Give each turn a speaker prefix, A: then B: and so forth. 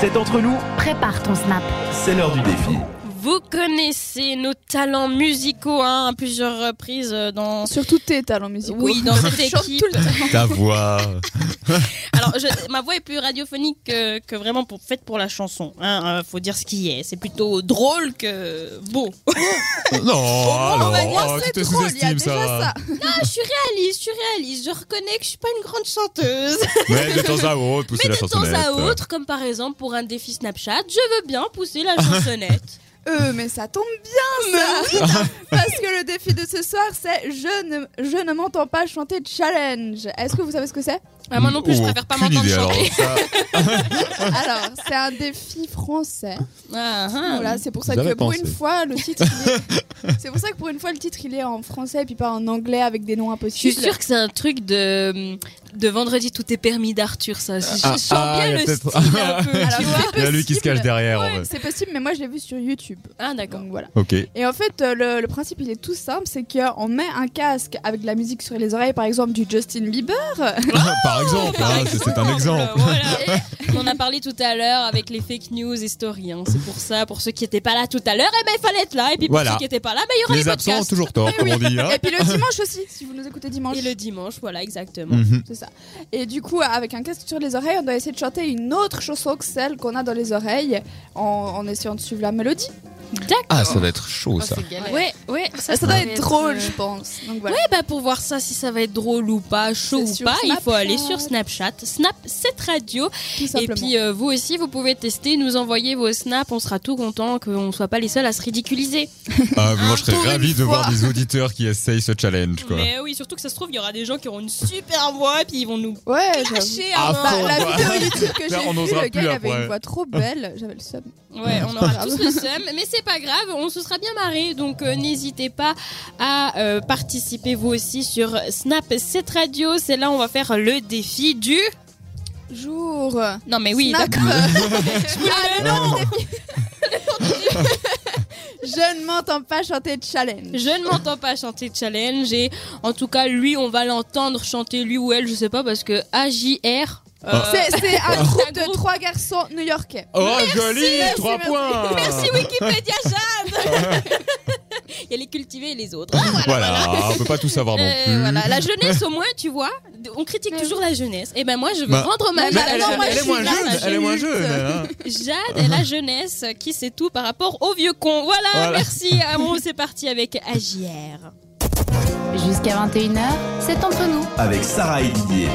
A: C'est entre nous,
B: Prépare ton snap.
A: c'est l'heure du défi.
C: Vous connaissez nos talents musicaux hein, à plusieurs reprises euh, dans.
D: Surtout tes talents musicaux.
C: Oui, dans cette
D: Chante
C: équipe.
D: tout le temps.
E: Ta voix.
C: Alors, je- ma voix est plus radiophonique que, que vraiment pour, faite pour la chanson. Hein, euh, faut dire ce qui est. C'est plutôt drôle que beau.
E: Non,
D: on va dire,
E: alors, Oh, tu te
D: c'est drôle, il y a
E: sous-estimes,
D: déjà ça.
E: ça.
C: Ah, je suis réaliste, je suis réaliste. Je reconnais que je suis pas une grande chanteuse.
E: Mais de temps à autre, pousser
C: Mais
E: la
C: de temps
E: chansonnette. hein.
C: à autre, comme par exemple pour un défi Snapchat, je veux bien pousser la chansonnette.
D: Euh, mais ça tombe bien, ça hein. Parce que le défi de ce soir, c'est Je ne, je ne m'entends pas chanter challenge. Est-ce que vous savez ce que c'est
C: Ah, moi non plus, je
E: Oh,
C: préfère pas
E: aucune
C: m'entendre
E: idée,
C: chanter.
E: alors, ça-
D: Alors, c'est un défi français.
C: Ah, ah.
D: Voilà, c'est pour ça
E: Vous
D: que
E: avez
D: pour
E: pensé.
D: une fois, le titre, il est... c'est pour ça que pour une fois, le titre, il est en français et puis pas en anglais avec des noms
C: Je suis
D: impossibles.
C: sûre que c'est un truc de, de vendredi tout est permis d'Arthur, ça. Je je
E: Ah,
C: sens
E: ah, il y
C: bien
E: a
C: le
E: peut-être-
C: style un peu.
D: Alors,
C: tu vois.
D: c'est
E: Il y a lui qui se
D: possible.
E: cache derrière. en
D: Ouais,
E: fait.
D: C'est possible, mais moi, je l'ai vu sur YouTube.
C: Ah, d'accord.
D: Donc voilà.
E: Ok.
D: Et en fait, euh, le, le principe, il est tout simple, c'est qu'on met un casque avec de la musique sur les oreilles, par exemple du Justin Bieber.
E: Par exemple,
C: Par
E: hein, c'est- c'est un exemple.
C: Euh, voilà. Et On en a parlé tout à l'heure avec les fake news et stories. hein. C'est pour ça, pour ceux qui n'étaient pas là tout à l'heure, eh ben, il fallait être là. Et puis pour
E: Voilà.
C: ceux qui n'étaient pas là, ben, il y aura les,
E: Les absents ont
C: podcasts.
E: toujours tort, comme on dit. hein.
D: Et puis le dimanche aussi, si vous nous écoutez dimanche.
C: Et le dimanche, voilà, exactement.
E: Mhm.
D: C'est ça. Et du coup, avec un casque sur les oreilles, on doit essayer de chanter une autre chanson que celle qu'on a dans les oreilles en, en essayant de suivre la mélodie.
E: Ah, ça doit être
C: Oh,
E: chaud, ça.
C: galère.
B: Ouais, ouais,
D: Ça, doit être euh, drôle, je pense. Donc voilà.
C: Ouais, bah pour voir ça, si ça va être drôle ou pas, chaud
D: C'est
C: ou
D: sur
C: pas, il faut
D: Snapchat.
C: aller sur Snapchat, Snap cette radio.
D: tout
C: Et
D: simplement.
C: puis euh, vous aussi, vous pouvez tester, nous envoyer vos snaps, on sera tout content qu'on ne soit pas les seuls à se ridiculiser.
E: Ah, moi, je
D: Pour
E: serais
D: une
E: ravi de
D: fois.
E: voir des auditeurs qui essayent ce challenge, quoi.
C: Mais oui, surtout que ça se trouve, il y aura des gens qui auront une super voix et puis ils vont nous
D: ouais, j'avoue.
C: lâcher
E: Ah,
C: avant.
D: Bah,
E: fond,
D: euh, la
E: quoi.
D: vidéo YouTube que j'ai
E: Là, on
D: vue,
E: n'osera
D: le gars
E: plus
D: il avait
E: après.
D: une voix trop belle, j'avais le seum.
C: Ouais, on aura tous le seum, mais c'est pas grave, on se sera bien marré, donc euh, n'hésitez pas à euh, participer vous aussi sur Snap cette radio. C'est là où on va faire le défi du.
D: Jour.
C: Non mais Eh oui,
D: Snap.
C: d'accord.
D: Ah non Je ne m'entends pas chanter challenge.
C: Je ne m'entends pas chanter challenge et en tout cas lui, on va l'entendre chanter lui ou elle, je sais pas parce que AJR. euh,
D: C'est c'est un
C: Un
D: groupe de
C: groupe.
D: trois garçons new-yorquais.
E: Oh, joli!
D: merci,
E: 3
D: merci.
E: points!
C: Merci Ah, Wikipédia Jade. Il y a les cultivés et les autres.
E: Voilà, on peut pas tout savoir non
C: Euh,
E: plus.
C: voilà, la jeunesse au moins, tu vois, on critique
D: Mais
C: toujours la jeunesse. Et ben moi, je veux
E: Bah,
C: rendre hommage
D: mais
C: à
D: elle-
C: la
D: elle-
C: jeunesse.
D: elle est moins
C: Je suis
D: jeune,
C: là, ça,
D: elle est moins jeune,
E: hein.
C: Jade et la jeunesse qui sait tout par rapport au vieux con. Voilà,
E: Voilà.
C: merci. Ah bon, c'est parti avec AJR.
B: Jusqu'à 21h, c'est entre nous.
A: Avec Sarah et Didier.